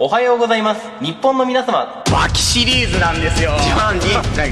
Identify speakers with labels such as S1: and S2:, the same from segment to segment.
S1: おはようございます日本の皆様
S2: バキシリーズなんですよ
S3: 一番に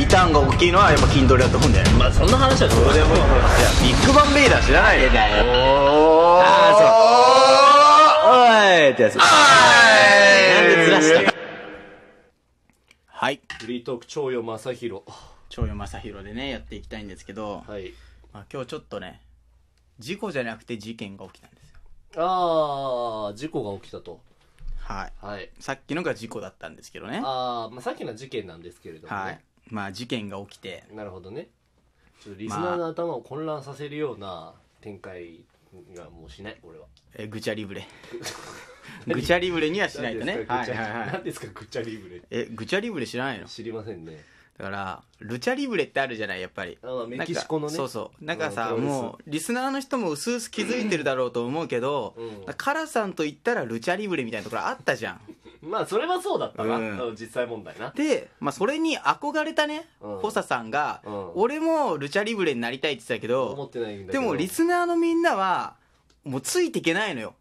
S3: リターンが大きいのはやっぱ筋トレだと思うんだよね
S1: まあそんな話はどうでもいい
S3: ビッグバンベイダー知らないよ
S1: だよ
S3: おー
S2: あ
S3: おーいってやつ
S1: なんでずらしたの
S2: はい
S1: フリートーク長与正宏
S2: 長与正宏でねやっていきたいんですけど、
S1: はい
S2: まあ、今日ちょっとね事故じゃなくて事件が起きたんですよ
S1: ああ事故が起きたと
S2: はい
S1: はい
S2: さっきのが事故だったんですけどね
S1: あー、まあ、さっきの事件なんですけれどもね、
S2: はいまあ事件が起きて
S1: なるほどねちょっとリスナーの頭を混乱させるような展開がもうしない俺は
S2: えーぐちゃ りぶれぐちゃりぶれにはしないとね
S1: 何
S2: は
S1: です
S2: いはい
S1: かぐちゃ
S2: はい
S1: 何ですかぐちゃリブレ
S2: えぐちゃりぶれ知らないの
S1: 知りませんね
S2: だからルチャリブレってあるじゃないやっぱり
S1: あまあ
S2: なんか
S1: メキシコのね
S2: そうそうなんか
S1: う
S2: さ
S1: んプロレス
S2: もうリスナーの人も薄々気づいてるだろうと思うけど、
S1: う
S2: だ
S1: ん
S2: からカラさんと言ったらルチャリブレみたいなところあったじゃん
S1: まあそれはそうだったな、
S2: うん
S1: うん実際問題な
S2: で、まあ、それに憧れたね、
S1: うん
S2: ホサさんが、
S1: うん
S2: 俺もルチャリブレになりたいって言ってたけ
S1: 思
S2: ど
S1: ってないん
S2: で
S1: だけど
S2: もリスナーのみんなはもうついていけないのよ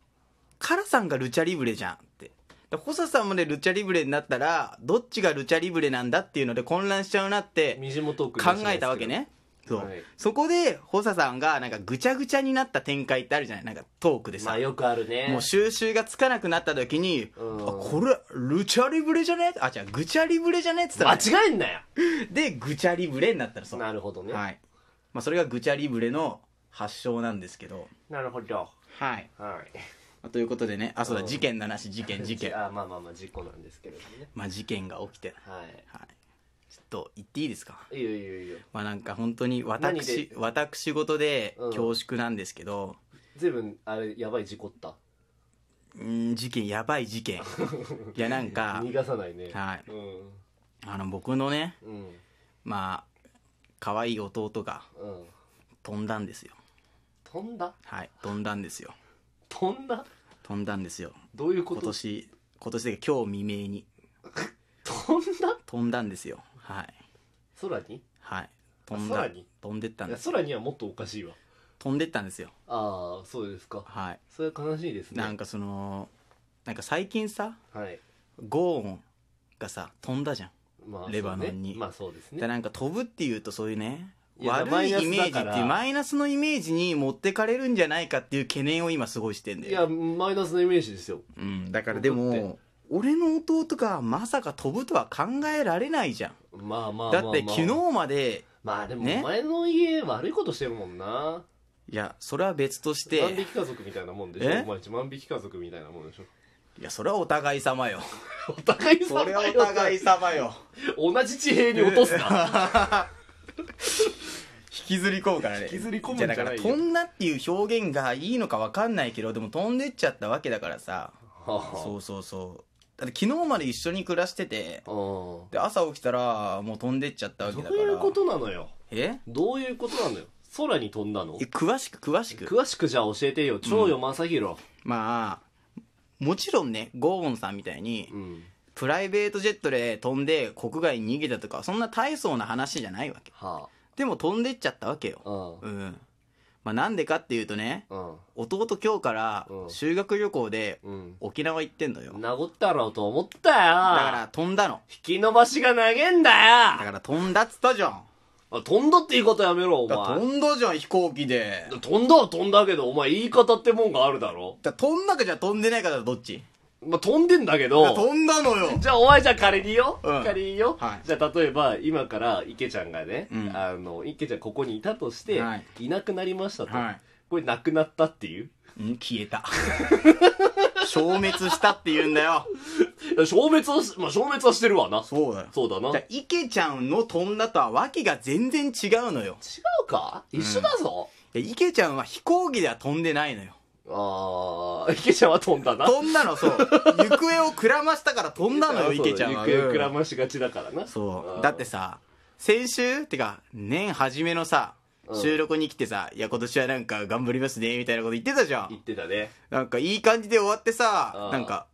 S2: カラさんがルチャリブレじゃんってでホサさんもねルチャリブレになったらどっちがルチャリブレなんだっていうので混乱しちゃうなって
S1: みじもトークには
S2: 考
S1: しないですけど
S2: えたわけねそう、
S1: はい
S2: そこで保佐さんがなんかぐちゃぐちゃになった展開ってあるじゃないなんかトークで
S1: ま
S2: さ、
S1: あよくあるね
S2: もう収集がつかなくなった時に、
S1: うん
S2: あこれルチャリブレじゃねあ違うぐちゃリブレじゃねって言
S1: 間
S2: った
S1: 違えんなよ
S2: らでぐちゃリブレになったのそう
S1: なるほどね、
S2: はいまあ、それがぐちゃリブレの発祥なんですけど
S1: なるほど
S2: はい
S1: はい
S2: まあということでねあそうだ
S1: うん
S2: 事件の話事件事 件
S1: あまあまあまあ事故なんですけれどもね
S2: まあ事件が起きて
S1: は
S2: はいちょっと言っていいですか
S1: いいいよいいよいいよ
S2: まあなんか本当に
S1: 何
S2: 私
S1: で
S2: 私事で
S1: うん
S2: 恐縮なんですけど、
S1: 随分あれやばい事故った
S2: うん事件やばい事 件いやなんか
S1: 逃がさないね
S2: はい
S1: うん
S2: あの僕のね
S1: うん
S2: まあ可愛い弟が
S1: うん
S2: 飛んだんですよ
S1: 飛んだ
S2: はい飛んだんですよ
S1: 飛んだ
S2: 飛んだんですよ
S1: どういうこ
S2: 今
S1: と
S2: 年今年で今日未明に
S1: 飛んだ
S2: 飛んだんですよはい
S1: 空に
S2: はい飛ん
S1: あ空
S2: だ
S1: に
S2: 飛んでったん
S1: いや
S2: です
S1: 空にはもっとおかしいわ
S2: 飛んでったんですよ
S1: ああそうですか
S2: はい
S1: それは悲しいですね
S2: なんかそのなんか最近さ
S1: はい
S2: ゴーンがさ飛んだじゃん
S1: ま
S2: レバノンに
S1: そうねまあそうです
S2: で
S1: ね
S2: なんか飛ぶっていうとそういうね
S1: いや
S2: 悪
S1: マ
S2: い
S1: イナ
S2: イ
S1: ス
S2: メージ
S1: だ
S2: って
S1: か
S2: い
S1: ら
S2: うマイナスのイメージに持ってかれるんじゃないかっていう懸念を今すごいしてんだ
S1: い
S2: よ
S1: やマイナスのイメージですよ
S2: うん、だからで
S1: 飛ぶって
S2: も俺の弟がまさか飛ぶとは考えられないじゃん
S1: まあまあまあまあ
S2: だって昨日まで
S1: まあでも
S2: ね
S1: お前の家悪いことしてるもんない
S2: やそれは別とし
S1: 万引
S2: て
S1: き家族みたいなもんでし
S2: え
S1: ょお前んち万引き家族みたいなもんでしょ
S2: いやそれはお互い様よ
S1: お互い様
S2: それはお互い様よ
S1: 同じ地平に落とすな
S2: 引きずり込むからね
S1: 引きずり込むんじゃないよ
S2: だから飛んだっていう表現がいいのか分かんないけどでも飛んでっちゃったわけだからさ
S1: は
S2: そうそうそうだって昨日まで一緒に暮らしてて
S1: あうん
S2: で朝起きたらもう飛んでっちゃったわけだから
S1: どういうことなのよ
S2: え
S1: どういうことなのよ空に飛んだの
S2: え詳しく詳しく
S1: 詳しくじゃあ教えてよ長与正宏
S2: まあもちろんねゴーンさんみたいに
S1: うん
S2: プライベートジェットで飛んで国外に逃げたとかそんな大層な話じゃないわけ
S1: は
S2: でも飛んでっちゃったわけよ
S1: あ
S2: う
S1: う
S2: んんまあなんでかっていうとね
S1: うん
S2: 弟今日から
S1: うん
S2: 修学旅行で
S1: うん
S2: 沖縄行ってんのよだ
S1: 殴ったろうと思ったよだ
S2: から飛んだの
S1: 引き伸ばしが投げんだよ
S2: だから飛んだっつったじゃん
S1: あ飛んだって言い方やめろお
S2: だから
S1: 前
S2: 飛んだじゃん飛行機で
S1: 飛んだは飛んだけどお前言い方ってもんがあるだろ
S2: だから飛んだかじゃあ飛んでないかだとどっち
S1: まあ、飛んでんだけ
S2: だから
S1: ど
S2: 飛んだのよ
S1: じゃあお前じゃあ仮によ、
S2: うん
S1: 仮によ、
S2: はい
S1: じゃあ例えば今から池ちゃんがね、
S2: うん
S1: あの池ちゃんここにいたとして、、
S2: はい
S1: なくなりましたと、
S2: はい
S1: これなくなったっていう
S2: うん消え た消滅したって言うんだよ
S1: 消滅はし、まあ、消滅はしてるわな。そ
S2: そうだよ
S1: うだな。
S2: じゃあ
S1: 違
S2: 池ちゃんの飛んだとは訳が全然違うのよ。
S1: うか一緒だぞ。
S2: いや池ちゃんは飛行機では飛んでないのよ。
S1: あー、池ちゃんは飛んだな。
S2: 飛んだの、 そう。行方をくらましたから飛んだのよ、
S1: あそう
S2: 池ちゃんは。
S1: 行方くらましがちだからな。
S2: そ
S1: ん
S2: う。だって、さ、先週ってか、年初めのさ、
S1: うん
S2: 収録に来てさ、いや今年はなんか頑張りますね、みたいなこと言ってたじゃ
S1: 言っ
S2: ん。
S1: てたね。
S2: なんかいい感じで終わって
S1: う
S2: さ、
S1: ん
S2: なんか、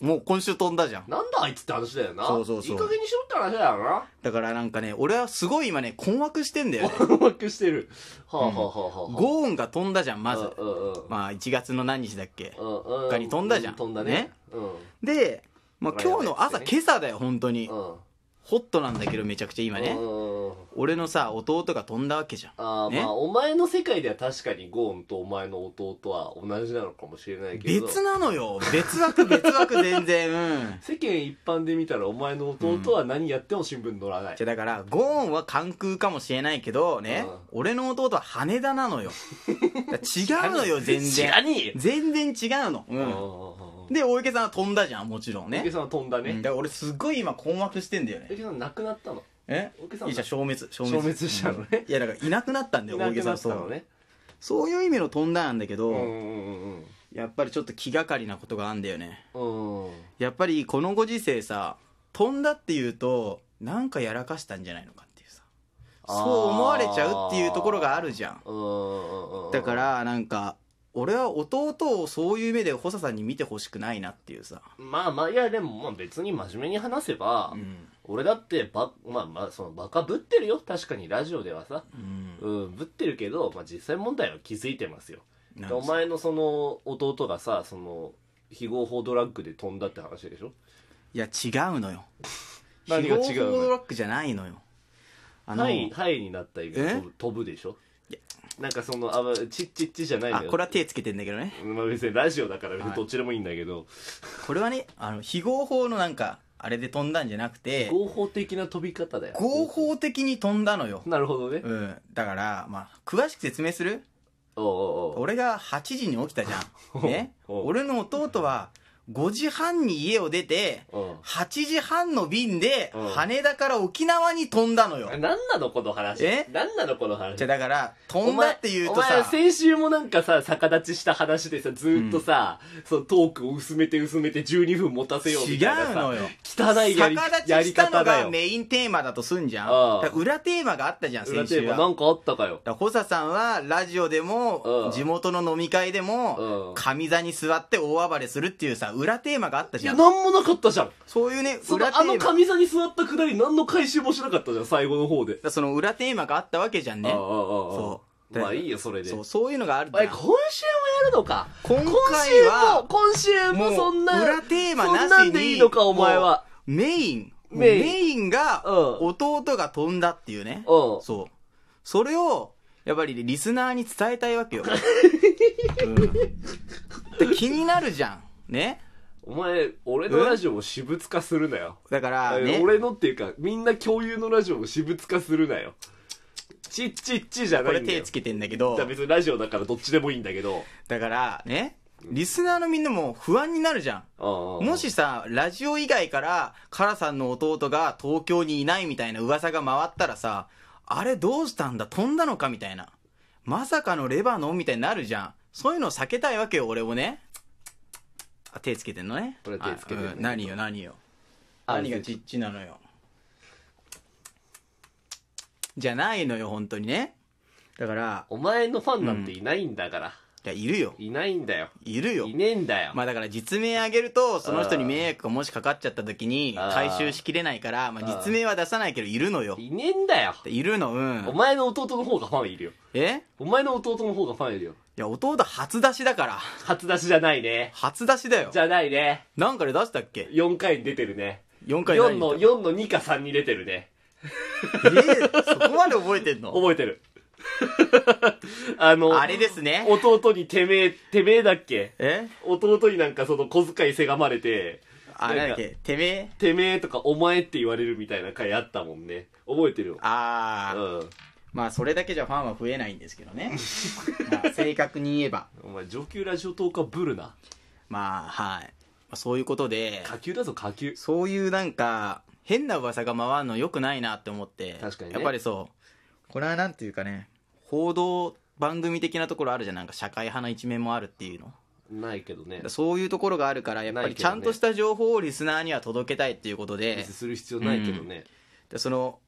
S2: もう今週飛んだじゃん。
S1: なんだあいつって話だよな。
S2: そうそうそう
S1: いい加減にしろって話だよな。
S2: だからなんかね、俺はすごい今ね、困惑してんだよね。
S1: 困惑してる。はあ、はあはあはあ、
S2: ゴーンが飛んだじゃん、まず。
S1: うんうんうん。
S2: まあ1月の何日だっけ
S1: うんうん
S2: 他に飛んだじゃん
S1: う飛んだね
S2: ね
S1: うん
S2: でまあ、今日の朝、
S1: やばい
S2: 今朝だよ本当に
S1: うん
S2: ホットなんだけどめちゃくちゃ今ね
S1: うん
S2: 俺のさ弟が飛んだわけじゃ
S1: あ
S2: ん、
S1: ー
S2: ね
S1: まあお前の世界では確かにゴーンとお前の弟は同じなのかもしれないけど
S2: 別なのよ別枠別枠全然、うん
S1: 世間一般で見たらお前の弟は何やっても新聞載らない
S2: じ、ゃあだからゴーンは関空かもしれないけどね
S1: うん
S2: 俺の弟は羽田なの よだから違うのよ全
S1: 知
S2: 然
S1: らねえよ
S2: 全然違うの、う
S1: うん
S2: ん、で大池さんは飛んだじゃんもちろん
S1: おけ
S2: ね
S1: さんは飛んだ
S2: うん
S1: ね
S2: だから俺すごい今困惑してんだよ
S1: お
S2: ね
S1: けさん亡くなったの
S2: え
S1: 大池さ
S2: い
S1: ん
S2: やじゃあ消滅消
S1: 消滅したのね
S2: いやだからいなくなったんだ
S1: い
S2: よ
S1: な
S2: 大
S1: く
S2: 池さ
S1: な
S2: ん
S1: った
S2: そ
S1: の
S2: う
S1: ね
S2: そういう意味の飛んだなんだけど、
S1: うんうん
S2: やっぱりちょっと気がかりなことがあんだよね
S1: うんうん
S2: やっぱりこのご時世さ飛んだっていうとなんかやらかしたんじゃないのかっていうさそう思われちゃうっていうところがあるじゃん
S1: うんうんうんうん
S2: だからなんか俺は弟をそういう目で補佐さんに見てほしくないなっていうさ、
S1: まあまあいやでもまあ別に真面目に話せば、
S2: うん
S1: 俺だってばまあまあそのバカぶってるよ確かにラジオではさ
S2: うん、
S1: うんぶってるけど、まあ、実際問題は気づいてますよ
S2: なんか
S1: お前のその弟がさその非合法ドラッグで飛んだって話でしょ
S2: いや違うのよ
S1: 何が違うの
S2: 非合法ドラッグじゃないのよあの、
S1: はいはいになった以外
S2: え
S1: 飛ぶ飛ぶでしょなんかそのあまチッチッチじゃない
S2: あ
S1: のよ
S2: これは手つけてんだけどね
S1: まあ、別にラジオだから別にどっちでもいいんだけど、
S2: これはねあの非合法のなんかあれで飛んだんじゃなくて
S1: 合法的な飛び方だよ
S2: 合法的に飛んだのよ、
S1: なるほどね、
S2: うん、だからまあ詳しく説明する
S1: おうおうおう
S2: 俺が8時に起きたじ ゃんね
S1: おう
S2: 俺の弟は5時半に家を出て
S1: うん
S2: 8時半の便で
S1: うん
S2: 羽田から沖縄に飛んだのよ
S1: 何なのこの話
S2: え
S1: 何なのこの話
S2: じゃあだから飛んだって言うと
S1: お前
S2: さ
S1: 先週もなんかさ逆立ちした話でさずーっとさ、そのトークを薄めて薄めて12分持たせようみたいなさ
S2: 違うのよ
S1: 汚いやり
S2: 逆立ち
S1: やり
S2: した
S1: 方
S2: の
S1: だ
S2: が
S1: よ
S2: メインテーマだとすんじゃん
S1: ああ
S2: だから裏テーマがあったじゃん
S1: 裏
S2: 先
S1: テ
S2: 週
S1: ー
S2: は
S1: マなんかあったかよ
S2: だから補佐さんはラジオで
S1: う
S2: も
S1: ん
S2: 地元の飲み会で
S1: う
S2: も
S1: ん
S2: 上座に座って大暴れするっていうさ裏テーマがあった
S1: い
S2: じゃ
S1: や
S2: ん
S1: なんもなかったじゃん
S2: そういうね
S1: その
S2: 裏テ
S1: あの
S2: ーマ
S1: 神座に座ったくだり何の回収もしなかったじゃん最後の方で、
S2: だその裏テーマがあったわけじゃん
S1: あ
S2: ね
S1: あああああ
S2: そう
S1: まあいいよそれで
S2: そうそういうのがあるん
S1: あ
S2: だ
S1: れ今週もやるのか
S2: 今回は
S1: 今週も今週もそんな
S2: 裏テーマなしに
S1: そんなんでいいのかお前は
S2: もうメインもう
S1: メイン
S2: メインが
S1: うん
S2: 弟が飛んだっていうね
S1: うん
S2: そうそれをやっぱりリスナーに伝えたいわ けよ、うんで気になるじゃんね
S1: お前俺のラジオを私物化するなよ
S2: だからね
S1: 俺のっていうかみんな共有のラジオを私物化するなよちっちっちじゃ
S2: こ
S1: ない
S2: れ
S1: んだ
S2: 手
S1: よ
S2: つけてんだけど
S1: じゃあ別にラジオだからどっちでもいいんだけど
S2: だからねリスナーのみんなも不安になるじゃんも
S1: も
S2: しさラジオ以外からカラさんの弟が東京にいないみたいな噂が回ったらさあれどうしたんだ飛んだのかみたいなまさかのレバノンみたいになるじゃんそういうのを避けたいわけよ俺もねあ手つけてんのね
S1: これ手つけてんだけど
S2: あうん何よ何よ
S1: あ
S2: 何がちっちなのよじゃないのよ本当にねだから
S1: お前のファンなんていないんだから、
S2: いやいるよ
S1: いないんだよ
S2: いるよ
S1: いねえんだよ、
S2: まあだから実名あげるとその人に迷惑がもしかかっちゃった時に
S1: あー
S2: 回収しきれないからまあ実名は出さないけどいるのよ
S1: いねえんだよ
S2: いるのう
S1: お
S2: ん
S1: 前の弟の方がファンいるよ
S2: え
S1: お前の弟の方がファンいるよ
S2: いや弟初出しだから
S1: 初出しじゃないね
S2: 初出しだよ
S1: じゃないね
S2: 何回で出したっけ
S1: 4回に出てるね
S2: 4回
S1: 4
S2: 何
S1: の
S2: 言っ
S1: 4の2か3に出てるね
S2: たえーそこまで覚えてんの
S1: 覚えてる あの
S2: あれですね
S1: 弟にてめえてめえだっけ
S2: え
S1: 弟になんかその小遣いせがまれて
S2: あ
S1: なんか
S2: なんだっけてめえ
S1: てめえとかお前って言われるみたいな回あったもんね覚えてるよ
S2: ああ、
S1: うん
S2: まあそれだけじゃファンは増えないんですけど ねまあ正確に言えば
S1: お前上級ラジオトーカーブルな
S2: まあはい、まあ、そういうことで
S1: 下級だぞ下級
S2: そういうなんか、変な噂が回るの良くないなって思って。
S1: 確かにね
S2: やっぱりそう。これはなんていうかね、報道番組的なところあるじゃん。なんか社会派な一面もあるっていうの。
S1: ないけどね
S2: そういうところがあるから、やっぱ
S1: な
S2: り
S1: いけ
S2: ち
S1: どね
S2: ゃんとした情報をリスナーには届けたいっていうことで
S1: 別に、する必要ないけどね
S2: でその、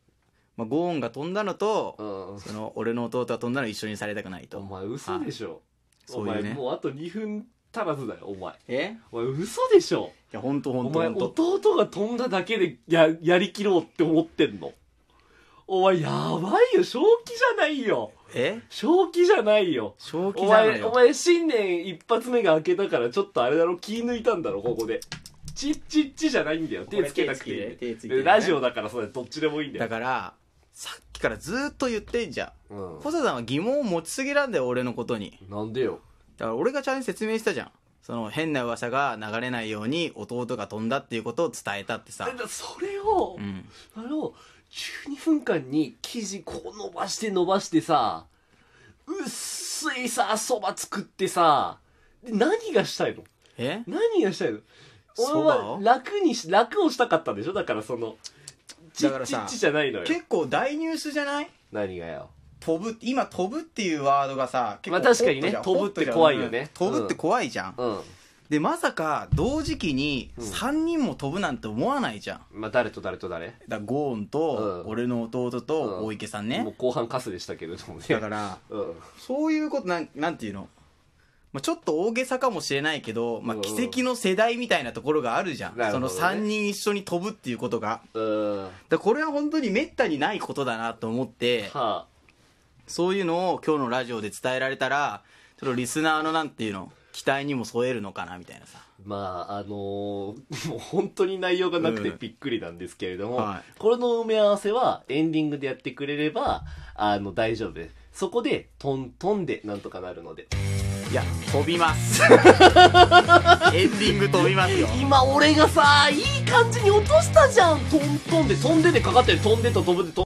S2: まあ、ゴーンが飛んだの
S1: う
S2: と、
S1: ん
S2: その、俺の弟が飛んだの一緒にされたくない
S1: お
S2: と。
S1: 前嘘でしょ
S2: そ
S1: お
S2: ういう
S1: 前
S2: ね
S1: もうあと2分足らずだよお前
S2: えい
S1: お前嘘でしょ
S2: や、ほんとほ
S1: お
S2: んと
S1: 前
S2: ほんと。
S1: 弟が飛んだだけでややりきろうって思ってんのお前やばいよ正気じゃないよ
S2: え
S1: 正気じゃないよ
S2: 正気
S1: お
S2: じゃない
S1: 前、お
S2: よ。
S1: 前新年一発目が明けたからちょっとあれだろ気抜いたんだろここで。チッチッチじゃないんだよ手つけなくていい
S3: これ手つけて手ついてね
S1: でラジオだからそれどっちでもいいんだ
S2: だ
S1: よ
S2: から、さっきからずーっと言ってんじゃ
S1: うん
S2: ん。細田さんは疑問を持ちすぎなんだよ、俺のことに。
S1: なんでよ
S2: だから俺がちゃんと説明したじゃん。その変な噂が流れないように弟が飛んだっていうことを伝えたってさ。
S1: だそれを、
S2: うん。
S1: あれを12分間に生地こう伸ばして伸ばしてさ薄いさそば作ってさで何がしたいの
S2: え
S1: 何がしたいの
S2: そば
S1: 俺は楽にし楽をしたかったんでしょだからそのチ
S2: だから
S1: ッチ
S2: さ
S1: ッチじゃないのよ
S2: 結構大ニュースじゃない
S1: 何がよ
S2: 飛ぶ、今飛ぶっていうワードがさ、結構
S1: まあ確かに
S2: ホット
S1: ね
S2: じゃん
S1: 飛ぶって怖いよね
S2: ホットじゃん飛ぶって怖いじゃん。
S1: うん
S2: で、まさか同時期に3人も飛ぶなんて思わないじゃん。
S1: まあ誰と誰と誰
S2: だからゴーンと
S1: うん
S2: 俺の弟
S1: うん
S2: と大池さんね。
S1: もう後半カスでしたけれどもね
S2: だから、
S1: うん
S2: そういうことなん、なんていうの、まあ、ちょっと大げさかもしれないけど、まあ、
S1: うん
S2: 奇跡の世代みたいなところがあるじゃん。
S1: なる
S2: そ
S1: ほど
S2: の
S1: ね
S2: 3人一緒に飛ぶっていうことが。
S1: うんは
S2: だからこれは本当に滅多にないことだなと思って、
S1: あ
S2: そういうのを今日のラジオで伝えられたら、ちょっとリスナーのなんていうの、期待にも添えるのかなみたいなさ。
S1: まああのーもう本当に内容がなくて
S2: うん
S1: びっくりなんですけれども、
S2: はい
S1: これの埋め合わせはエンディングでやってくれればあの大丈夫ですそこでトントンでなんとかなるので
S2: いや、飛び ます。エンディング飛びますよ。
S1: 今俺がさいい感じに落としたじゃんトントンで飛んででかかってる飛んでと飛ぶでと